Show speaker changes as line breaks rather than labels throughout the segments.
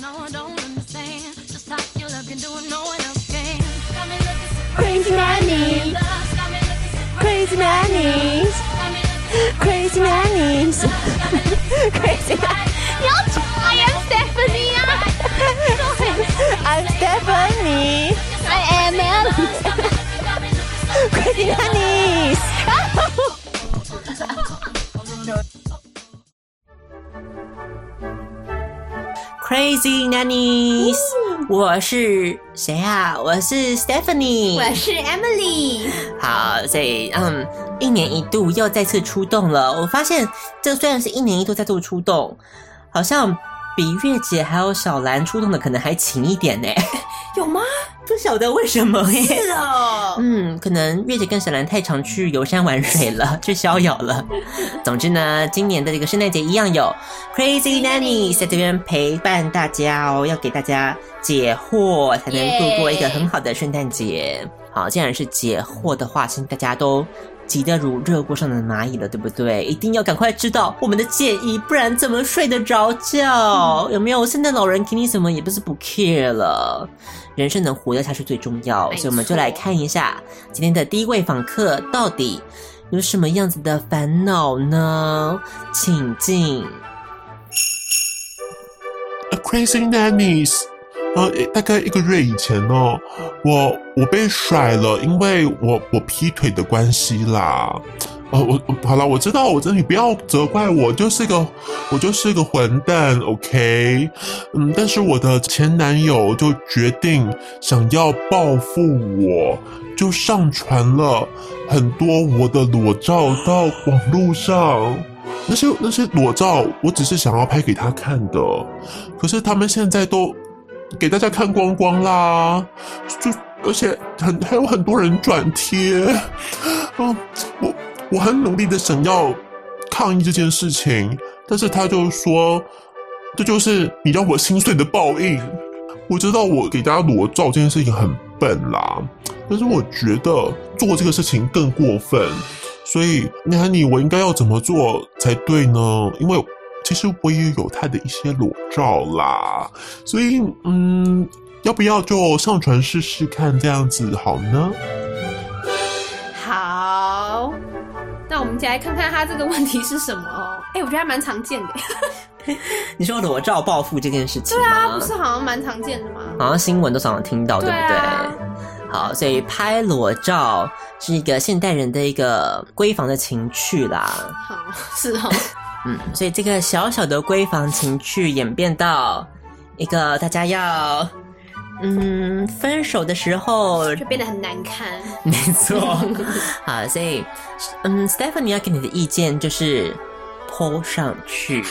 no, I don't understand. Just how you look and do it, no one else can. Got me looking so
Crazy nannies,
lost, got me looking so
crazy nannies,
got me looking
crazy nannies, crazy.
I am Stephanie.
I'm Stephanie.
I am Melanie.
Crazy nannies.
，Crazy Nannies，我是谁啊？我是 Stephanie，
我是 Emily。
好，所以嗯，一年一度又再次出动了。我发现这虽然是一年一度再度出动，好像比月姐还有小兰出动的可能还勤一 点呢。
有吗？
不晓得为什么耶。
哦，
嗯，可能月姐跟小兰太常去游山玩水了， 去逍遥了。总之呢，今年的这个圣诞节一样有 Crazy Nanny 在这边陪伴大家哦，要给大家解惑，才能度过一个很好的圣诞节。好，既然是解惑的话，相信大家都。急得如热锅上的蚂蚁了，对不对？一定要赶快知道我们的建议，不然怎么睡得着觉？有没有圣诞老人给你什么，也不是不 care 了。人生能活得下去最重要，
没
所以我们就来
错
看一下今天的第一位访客到底有什么样子的烦恼呢？请进。
A Crazy Nannies，呃，大概一个月以前哦，我我被甩了，因为我我劈腿的关系啦。呃，我我好了，我知道，我真的你不要责怪我，就是个我就是个混蛋，OK？嗯，但是我的前男友就决定想要报复我，就上传了很多我的裸照到网络上。那些那些裸照，我只是想要拍给他看的，可是他们现在都给大家看光光啦，就而且很还有很多人转贴，嗯，我我很努力的想要抗议这件事情，但是他就说这就是你让我心碎的报应。我知道我给大家裸照这件事情很笨啦，但是我觉得做这个事情更过分，所以那你我应该要怎么做才对呢？因为其实我也有他的一些裸照啦，所以嗯，要不要就上传试试看这样子好呢？
好，那我们就来看看他这个问题是什么哦。哎、我觉得还蛮常见的，
你说裸照报复这件事情
他
吗？
啊不是好像蛮常见的吗？
好像新闻都常常听到，对
对
不对？
啊
好，所以拍裸照是一个现代人的一个闺房的情趣啦。
好，是 哦，
嗯，所以这个小小的闺房情趣演变到一个大家要嗯分手的时候，
就变得很难看。
没错。好，所以嗯，Stephanie 要给你的意见就是泼上 去。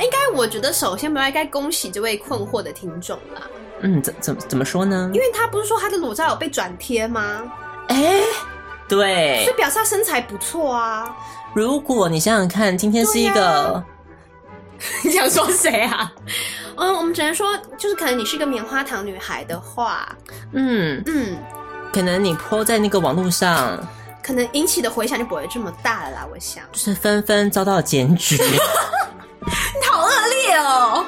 应该我觉得首先不要该恭喜这位困惑的听众啦，
嗯，怎怎怎么说呢
因？为他不是说他的裸照有被转贴吗？
哎，对
所以，表示他身材不错啊。
如果你想想看，今天是一个。
你想说谁啊？嗯，我们只能说，就是可能你是个棉花糖女孩的话，
嗯，
嗯，
可能你泼在那个网络上，
可能引起的回响就不会这么大了啦。我想，
就是纷纷遭到检举，
你好恶劣哦，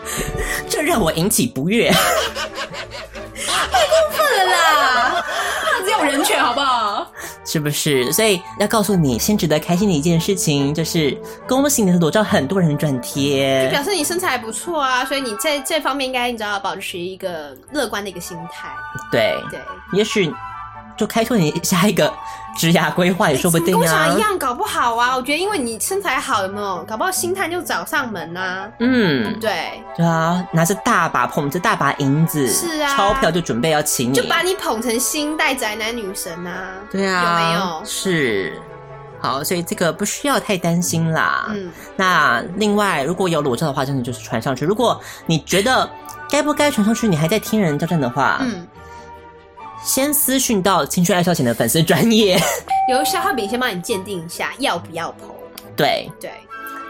这让我引起不悦。
对啦，这有人权好不好？
是不是？所以要告诉你，先值得开心的一件事情就是，恭喜你的裸照很多人转贴。
表示你身材不错啊，所以你在这方面应该你知道保持一个乐观的一个心态，
对，
对。
也许就开拓你下一个职涯规划也说不定
跟我哎想
啊
的一。样，搞不好啊。我觉得，因为你身材好，有没有？搞不好星探就找上门啊。
嗯，
对，
对啊，拿着大把捧着大把银子，
是啊
钞票就准备要请你，
就把你捧成星带宅男女神啊。
嗯对啊，
有没有
是。好，所以这个不需要太担心啦。
嗯，
那另外，如果有裸照的话，真的就是传上去。如果你觉得该不该传上去，你还在听人叫战的话，
嗯，
先私讯到青春爱消遣的粉丝专业。
由消化饼先帮你鉴定一下要不要剖。
对，
对，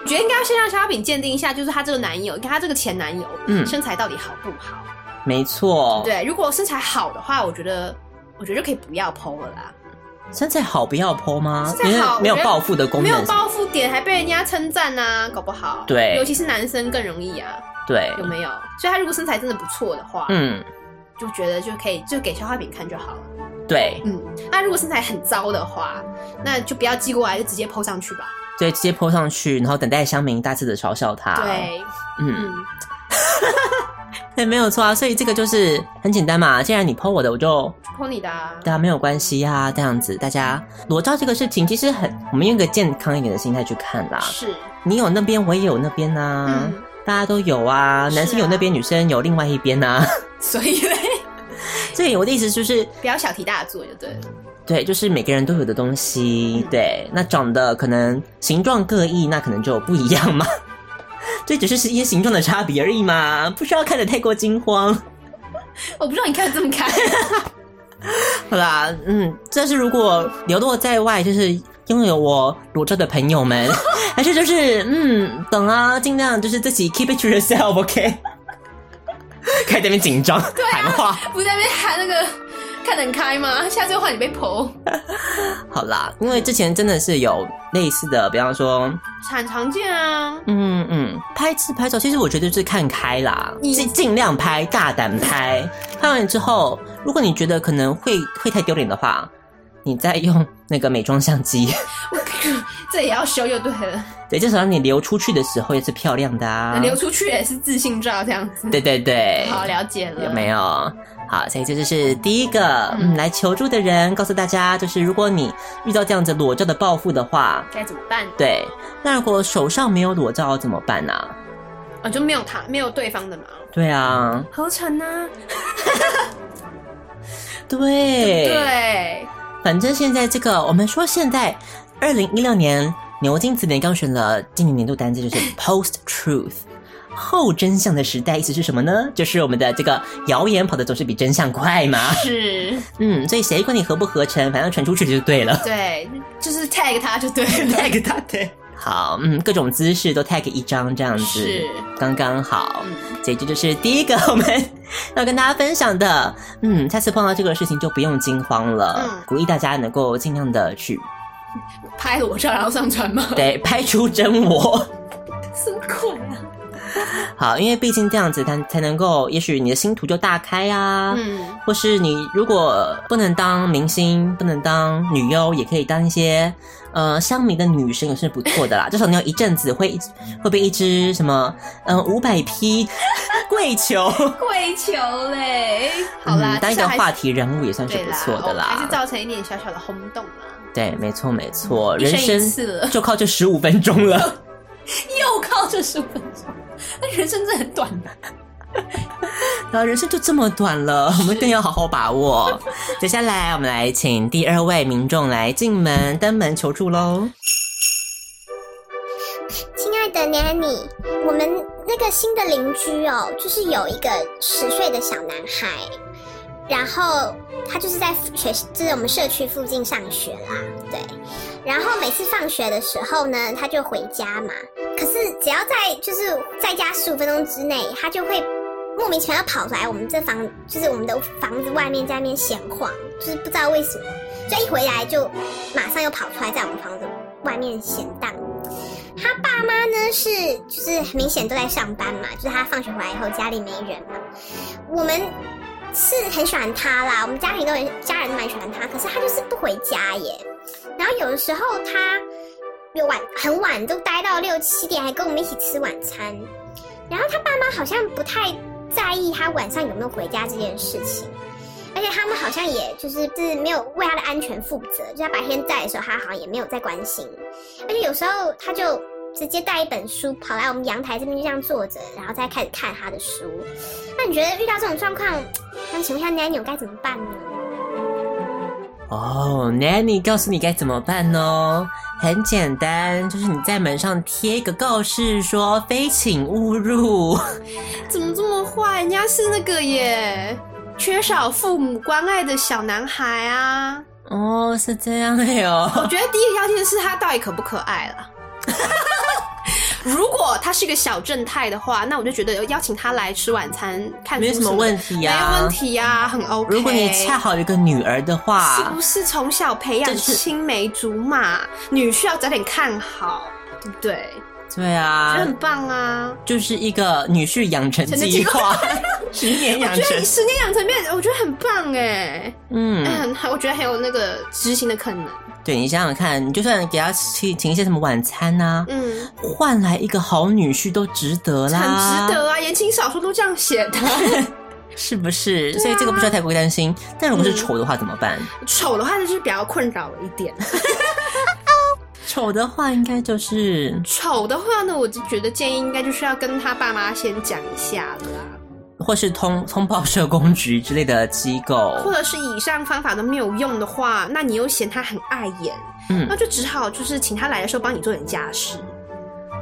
我觉得应该要先让消化饼鉴定一下，就是她这个男友，跟她这个前男友，
嗯
身材到底好不好？
没错。，
对，如果身材好的话，我觉得，我觉得就可以不要剖了啦。
身材好不要剖吗？
身材
因
好
为没有
我觉得
报复的功
没有
能。
包袱点还被人家称赞呐，搞不好。
对
尤其是男生更容易啊，
对，
有没有？所以他如果身材真的不错的话，
嗯，
就觉得就可以就给消化饼看就好了。
对
嗯，那如果身材很糟的话，那就不要寄过来，就直接 PO 上去吧。
对，直接泼上去，然后等待乡民大肆的嘲笑他。，
对，
嗯，
啊嗯，
对，没有错啊。所以这个就是很简单嘛，既然你泼我的，我就
就 PO 你的、啊。
对啊，没有关系啊，这样子大家裸照这个事情，其实很，我们用一个健康一点的心态去看啦。
是，
你有那边，我也有那边啊，
嗯
大家都有啊，
是啊
男生有那边，女生有另外一边啊。
所以嘞，
所以我的意思就是，
不要小题大做就对了。
对，就是每个人都有的东西，对，那长得可能形状各异，那可能就不一样嘛。 这只是一些形状的差别而已嘛，不需要看得太过惊慌。
我不知道你看得这么开，
好啦，嗯，但是如果流落在外，就是拥有我裸照的朋友们，还是就是嗯，懂啊，尽量就是自己 keep it to yourself，OK、开始在那边紧张、喊话。
不是在那边喊那个看得很开吗？下次换你被 PO，
好啦，因为之前真的是有类似的，比方说，
很常见啊。
嗯嗯，拍自拍照，其实我觉得就是看开啦，
你
尽尽量拍，大胆拍。拍完之后，如果你觉得可能会会太丢脸的话，你再用那个美妆相机。
这也要修就对了，
对，至少让你流出去的时候也是漂亮的啊。
流出去也是自信照这样子。
对对对，
好，了解了。
有没有？好，所以这就是第一个，嗯，来求助的人告诉大家，就是如果你遇到这样子裸照的报复的话，
该怎么办？
对，那如果手上没有裸照怎么办啊？
啊，就没有他，没有对方的嘛。
对啊，
合成呢？
对，
对，
反正现在这个，我们说现在二零一六年牛津词典刚选了今年年度单词，就是 post truth。后真相的时代意思是什么呢？就是我们的这个谣言跑的总是比真相快嘛。
是，
嗯，所以谁管你合不合成，反正传出去就对 了。
对，就是 tag 他就对了。
tag 他对。好，嗯，各种姿势都 tag 一张这样子
是，
刚刚好。所以这就是第一个我们要跟大家分享的。嗯，下次碰到这个事情就不用惊慌了，
嗯
鼓励大家能够尽量的去
拍裸照然后上传吗？
对拍出真我。
什么鬼啊？
好，因为毕竟这样子，才才能够，也许你的星途就大开啊。
嗯，
或是你如果不能当明星，不能当女优，也可以当一些呃乡民的女神，也是不错的啦。至少你有一阵子会会被一只什么嗯五百匹 跪求，
跪求嘞。好啦，
嗯，当一
至
个
少还是
话题人物也算是
对
不
啦，
错的
哦还是
啦。
造成一点小小的轰动啦。
对，没错没错，
嗯一
人
生
生
一次了，
就靠这十五分钟了。
又靠这十五分钟，那人生真的很短
啊
的。
然啊后人生就这么短 了，我们更要好好把握。接下来，我们来请第二位民众来进门登门求助喽。
亲爱的 Nanny，我们那个新的邻居哦，就是有一个十岁的小男孩，然后他就是在学，就是我们社区附近上学啦，对。然后每次放学的时候呢，他就回家嘛。可是只要在就是在家十五分钟之内，他就会莫名其妙跑出来我们这房，就是我们的房子外面在那边闲晃，就是不知道为什么，就一回来就马上又跑出来在我们房子外面闲荡。他爸妈呢是就是很明显都在上班嘛，就是他放学回来以后家里没人嘛。我们是很喜欢他啦，我们家庭都很家人都蛮喜欢他，可是他就是不回家耶。然后有的时候他有晚很晚都待到六七点，还跟我们一起吃晚餐。然后他爸妈好像不太在意他晚上有没有回家这件事情。而且他们好像也就是就是没有为他的安全负责，就他白天在的时候，他好像也没有在关心。而且有时候他就直接带一本书跑来我们阳台这边就这样坐着，然后再开始看他的书。那你觉得遇到这种状况，那请问一下 Nanny 我该怎么办呢？
哦、n a n n y 告诉你该怎么办哦。很简单，就是你在门上贴一个告示，说“非请勿入
怎么这么坏？人家是那个耶，缺少父母关爱的小男孩啊。”。
哦，是这样的哟。
我觉得第一个条件是他到底可不可爱啦。如果他是一个小正太的话，那我就觉得邀请他来吃晚餐，看
没有
书
什么
么
问题
题、没有
呀
问。题呀、很 OK。
如果你恰好有一个女儿的
是
话
不，是从小培
这
养
是
青梅竹马，女婿要早点看好，对不对？
对
觉得
啊
很，棒啊！
就是一个女婿养成
成的
计
计
划，十年
我
养
觉得
成
你，十年养成变，我觉得很棒哎、
嗯。
嗯，我觉得还有那个执行的可能。
对你想想看，你就算给他请请一些什么晚餐啊呐、
嗯，
换来一个好女婿都值得啦，
很值得啊！言情小说都这样写的，
是不是？所以这个不需要太过担心。但如果是丑的话怎么办？
丑的话就是比较困扰我一点。
丑的话应该就是
丑的话呢，我就觉得建议应该就是要跟他爸妈先讲一下
嗯
的啦，
或是通通报社工局之类的机构，
或者是以上方法都没有用的话，那你又嫌他很碍眼，
嗯
那就只好就是请他来的时候帮你做点家事，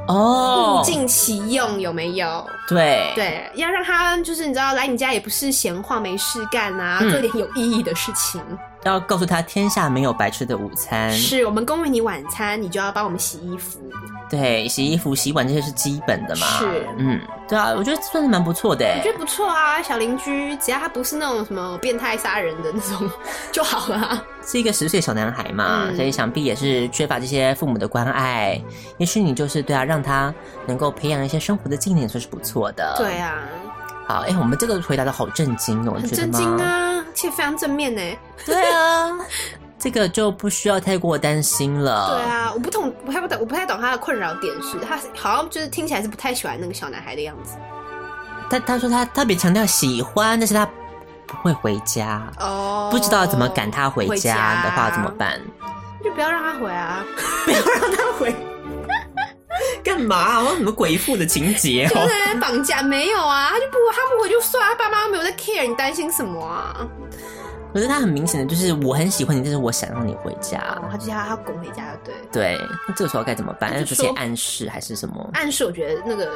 哦
物，尽其用，有没有？
对，
对，要让他就是你知道来你家也不是闲晃没事干啊，
嗯
做一点有意义的事情。
要告诉他天下没有白吃的午餐，
是我们供应你晚餐，你就要帮我们洗衣服。
嗯对，洗衣服、洗碗这些是基本的嘛，
是
嗯，对啊，我觉得算是蛮不错的
我
欸
觉，得不错啊，小邻居，只要他不是那种什么变态杀人的那种 就好了啊。
是一个十岁小男孩嘛，
嗯
所以想必也是缺乏这些父母的关爱，也许你就是对啊，让他能够培养一些生活的技能，算是不错的，
对，啊，
好，哎、我们这个回答的好震惊哦，你
很
觉得
震
吗？
惊啊，且非常正面呢。
对啊，这个就不需要太过担心了，
对啊，我不懂，我不太懂，我不太懂他的困扰点是，他好像就是听起来是不太喜欢那个小男孩的样子。
他他说他特别强调喜欢，但是他不会回家，
哦，
不知道怎么赶他回家的话怎么？办？
就不要让他回啊。
干嘛？我有什么鬼父的情节 哦
就？是在绑架没有啊？他就不他不回就算，他爸妈没有在 care，你担心什么啊？
可是他很明显的就是我很喜欢你，但是我想让你回家。
啊，他就叫他滚回家，对。
对，那这个时候该怎么办？
那
要
就
不
说
写暗示还是什么？
暗示我觉得那个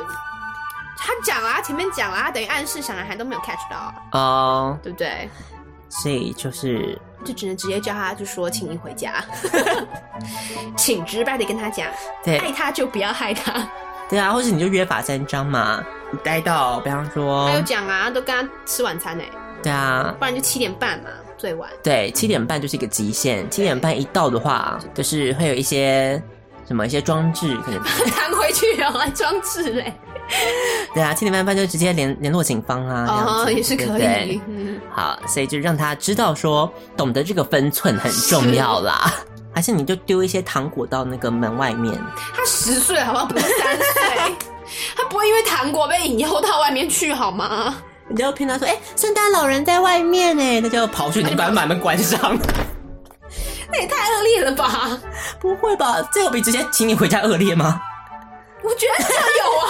他讲啦，他前面讲啦，他等于暗示小男孩都没有 catch 到啊，
哦、
对不对？
所以就是
就只能直接叫他就说，请你回家， 请直白的跟他讲，
对
爱他就不要害他。
对啊，或是你就约法三章嘛，你待到比方说
还，有讲啊，都跟他吃晚餐呢、
对啊，
不然就七点半嘛，最 晚。
对，七点半就是一个极限，七点半一到的话，就是会有一些什么一些装置 可能。
弹回去然后来装置嘞、
对啊，七点半半就直接联联络警方啊，这样
哦，
子
也是可
对不对
以。嗯，
好，所以就让他知道说，懂得这个分寸很重要 啦。还是你就丢一些糖果到那个门外面，
他十岁好不好？不是三岁，他不会因为糖果被引诱到外面去好吗？
你就骗他说：“哎、圣诞老人在外面哎。”那就跑去，你就把把门关上。
那也太恶劣了吧！
不会吧？这有比直接请你回家恶劣吗？
我觉得这有啊，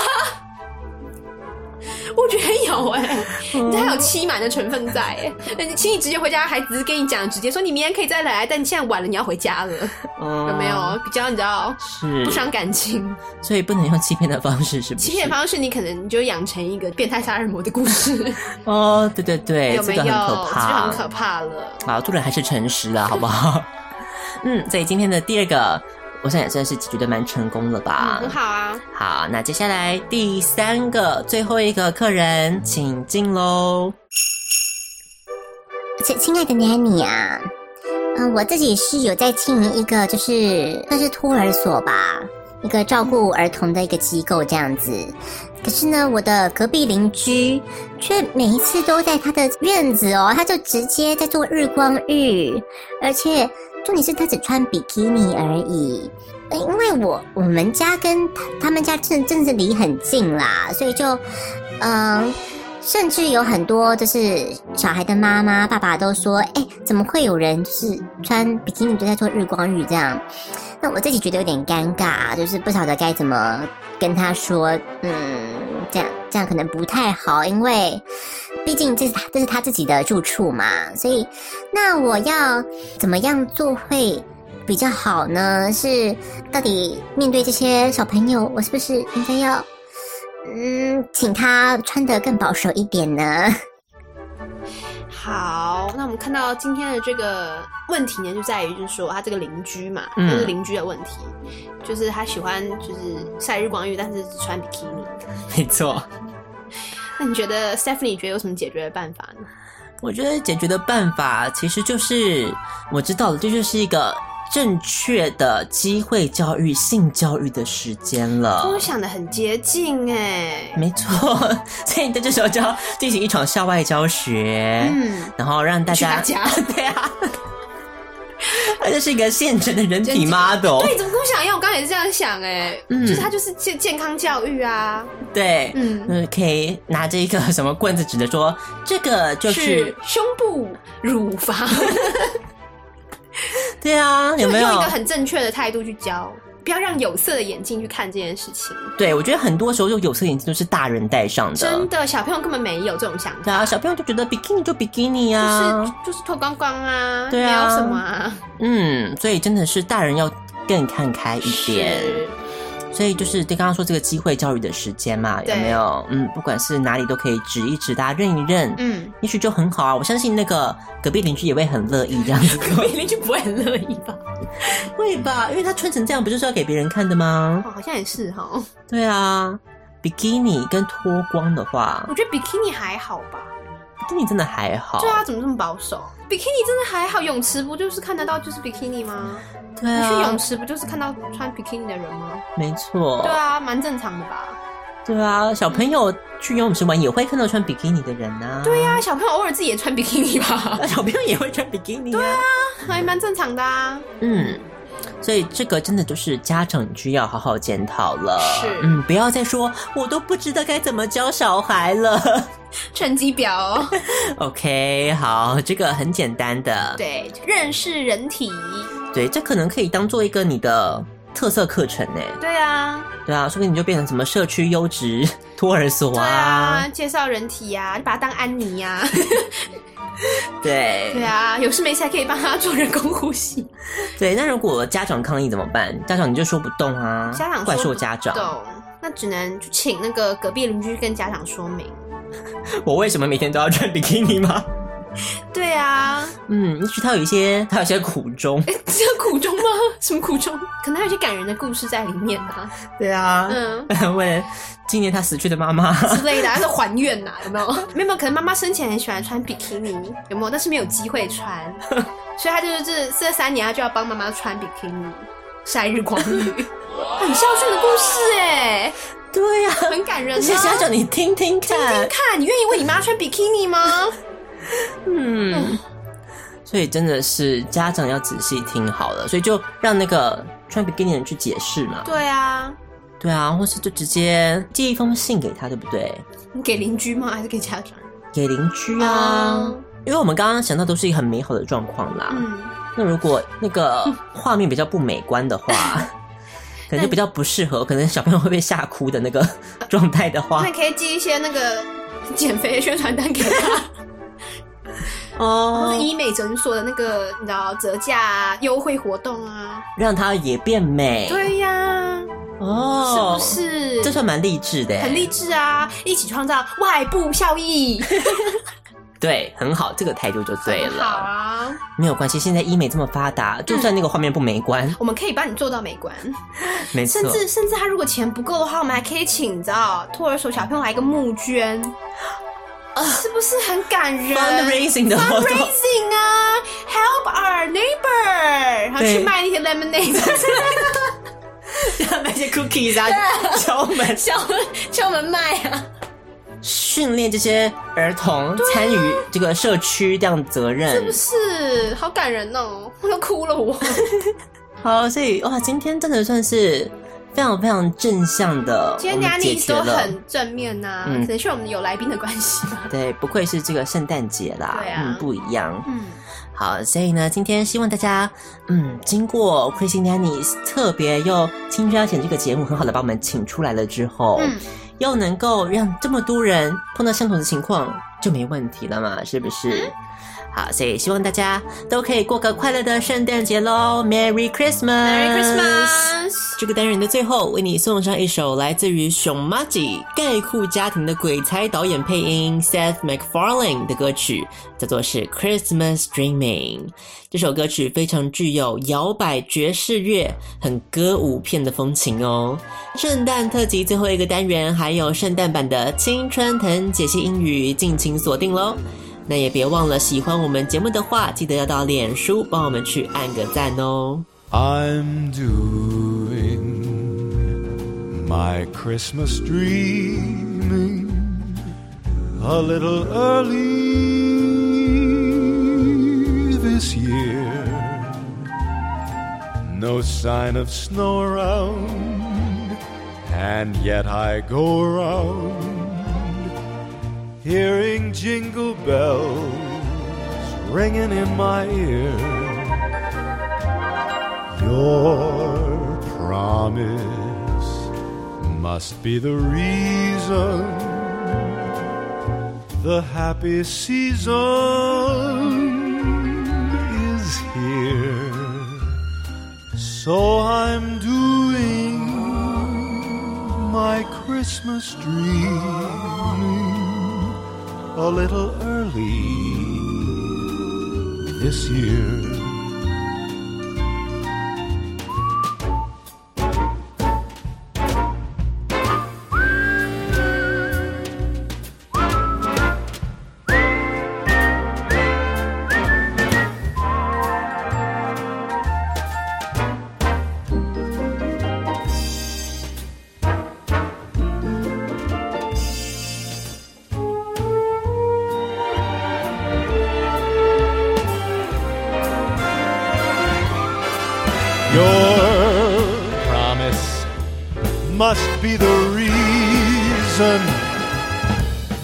我觉得有哎、你这还有欺瞒的成分在哎、那你请你直接回家，还只是跟你讲，直接说你明天可以再来，但你现在晚了，你要回家了，
嗯
有没？有？比较你知道。不
是，
伤感情，
所以不能用欺骗的方式，是不是？
欺骗方式你可能你就养成一个变态杀人魔的故事，
哦，对对对，
有没
这个很
有？这
可
就
怕，
很可怕了。
啊，做人还是诚实 的，好不好？嗯，所以今天的第二个，我想也算是解决的蛮成功了吧。
很好啊，
好，那接下来第三个，最后一个客人，请进喽。
亲亲爱的 Nanny 啊，嗯、我自己是有在经营一个，就是算是托儿所吧，一个照顾儿童的一个机构这样子。可是呢，我的隔壁邻居却每一次都在他的院子哦，他就直接在做日光浴，而且重点是他只穿比基尼而已。呃因为我我们家跟他他们家真真的离很近啦，所以就嗯。甚至有很多就是小孩的妈妈、爸爸都说：“哎、怎么会有人就是穿比基尼就在做日光浴这样？”那我自己觉得有点尴尬，就是不晓得该怎么跟他说。嗯，这样这样可能不太好，因为毕竟这是他这是他自己的住处嘛，所以那我要怎么样做会？比较好呢，是到底面对这些小朋友，我是不是应该要嗯，请他穿得更保守一点呢。
好，那我们看到今天的这个问题呢，就在于就是说他这个邻居嘛，
嗯
就是邻居的问题，就是他喜欢就是晒日光浴，但是只穿比基尼。
没错。
那你觉得 Stephanie 你觉得有什么解决的办法呢？
我觉得解决的办法其实就是我知道了，这就是一个正确的机会教育、性教育的时间
跟
了
我。想的很接近哎、
没错，所以你在这时候就要进行一场校外教学，
嗯，
然后让大家
去他
对啊，那就是一个现成的人体 model，
对，怎么跟我想一样？我刚刚也是这样想哎、
嗯
就是他就是健健康教育啊，
对，
嗯
嗯，可以拿着一个什么棍子指着说，这个就是
胸部乳房，
对啊，有
就
没
用
有
一个很正确的态度去教，不要让有色的眼镜去看这件事情。
对，我觉得很多时候就有色眼镜都是大人戴上的，
真的，小朋友根本没有这种想法，
对啊，小朋友就觉得比基尼就比基尼啊，
就是就是脱光光啊，
对啊
没有什么啊，
嗯，所以真的是大人要更看开一点。
是
所以就是对刚刚说这个机会教育的时间嘛，有
对
没有？嗯，不管是哪里都可以指一指，大家认一认，
嗯，
也许就很好啊。我相信那个隔壁邻居也会很乐意这样 子，
我邻居不会很乐意吧？
会吧？因为他穿成这样，不就是要给别人看的吗？
哦，好像也是哈、
对啊，比基尼跟脱光的话
我，觉得比基尼还好吧。
比基尼真的还好。
对啊，怎么这么保守？比基尼真的还好，泳池不就是看得到就是比基尼吗？
对
你去
啊
泳，池不就是看到穿比基尼的人吗？
没错
对，啊，蛮正常的吧？
对啊，小朋友去游泳池玩也会看到穿比基尼的人呐、啊。
对呀、小朋友偶尔自己也穿比基尼 吧，
那 小朋友也会穿比基尼、啊。对啊，
还蛮正常的啊。
嗯，所以这个真的就是家长需要好好检讨了。
是
嗯，不要再说我都不知道该怎么教小孩了。
成绩表哦，
OK，好，这个很简单的。
对，认识人体，
对，这可能可以当做一个你的特色课程呢。
对啊，
对啊，说不定你就变成什么社区优质托儿所
对啊，
啊。
介绍人体呀、啊，你把它当安妮呀、
对
对啊，有事没事还可以帮他做人工 呼吸。
对那如果家长抗议怎么办？家长你就说不动啊，
家长
怪
说
兽
不
家长，
懂，那只能就请那个隔壁邻居跟家长说明。
我为什么每天都要穿比基尼吗？
对啊，
嗯，也许他有一些哎他有一些苦衷。
这样苦衷吗？ 什么苦衷？可能还有一些感人的故事在里面吧，
对啊，
嗯
为了纪念他死去的妈妈，
之类的，还是还愿呐、有没有？没有没有，可能妈妈生前很喜欢穿比基尼，有没有？但是没有机会穿， 所以她就是这这三年，她就要帮妈妈穿比基尼，晒日光浴， 很孝顺的故事哎、
对呀、啊，
很感人、啊。
谢谢家长，你听听看，
看你愿意为你妈穿比基尼吗？
嗯，所以真的是家长要仔细听好了，所以就让那个穿比基尼的人去解释嘛，
对啊，
对啊，或是就直接寄一封信给他，对不对？
你给邻居吗？还是给家长？
给邻居啊，
啊
因为我们刚刚想到都是一个很美好的状况啦，
嗯，
那如果那 个画面比较不美观的话，可能就比较不适合，可能小朋友会被吓哭的那 个状态的话
那，你可以寄一些那个 减肥的宣传单给他。 或
哦
是，医美诊所的那个，你知道折价啊、优惠活动啊。
让她也变美，
对哎呀，
哦，
是不是？
这算蛮励志的耶，
很励志啊！一起创造外部效益，
对，很好，这个态度就对
很好
了，
啊！
没有关系，现在医美这么发达，就算那个画面不美 观，
我们可以帮你做到美观，
没错
甚，至甚至他如果钱不够的话，我们还可以请你知道托儿所小朋友来一个募捐，
啊
是不是很感人
fundraising 的活动，
Fundraising 啊，Help our neighbor，然后
对
去卖那 些 lemonade，
让那些 cookies 啊，敲门，
叫叫我们卖啊！
训练这些儿童参与这个社区这样的责任，
是，好感人哦，我都哭 了我。
好，所以哇，今天真的算是非常非常正向的，
今
我
天
们
大家
解
历史
决
都
了。
很正面呐、
嗯
可能是我们有来宾的关系吧。
对，不愧是这个圣诞节啦，
对啊
嗯，不一样。
嗯，
好，所以呢，今天希望大家，嗯，经过 Crazy Nannies 特别又青春要选这个节目很好的把我们请出来了之后，
嗯
又能
嗯
够让这么多人碰到相同的情况，就没问题了嘛，是不是？好，所以希望大家都可以过个快乐的圣诞节喽，Merry Christmas！Merry
Merry Christmas！
这个单元的最后，为你送上一首来自于熊妈吉盖库家庭的鬼才导演配音 Seth MacFarlane 的歌曲，叫做是《Christmas Dreaming》。这首歌曲非常具有摇摆爵士乐、很歌舞片的风情哦。圣诞特辑最后一个单元还有圣诞版的青春藤解析英语，敬请锁定喽。那也别忘了，喜欢我们节目的话，记得要到脸书帮我们去按个赞哦。
I'm doing my Christmas dreaming a little early this year. No sign of snow around, and yet I go around hearing jingle bells ringing in my ear. Your promise must be the reason the happy season is here. So I'm doing my Christmas dreaming a little early this year. Your promise must be the reason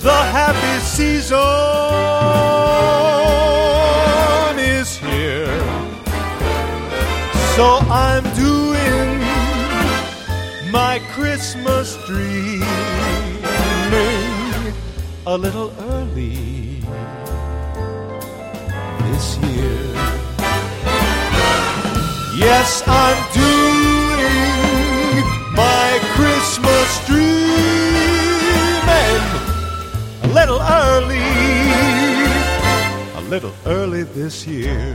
the happy season is here. So I'm doing my Christmas dreaming a little early this year. Yes, I'm doing my Christmas dreaming a little early, a little early this year.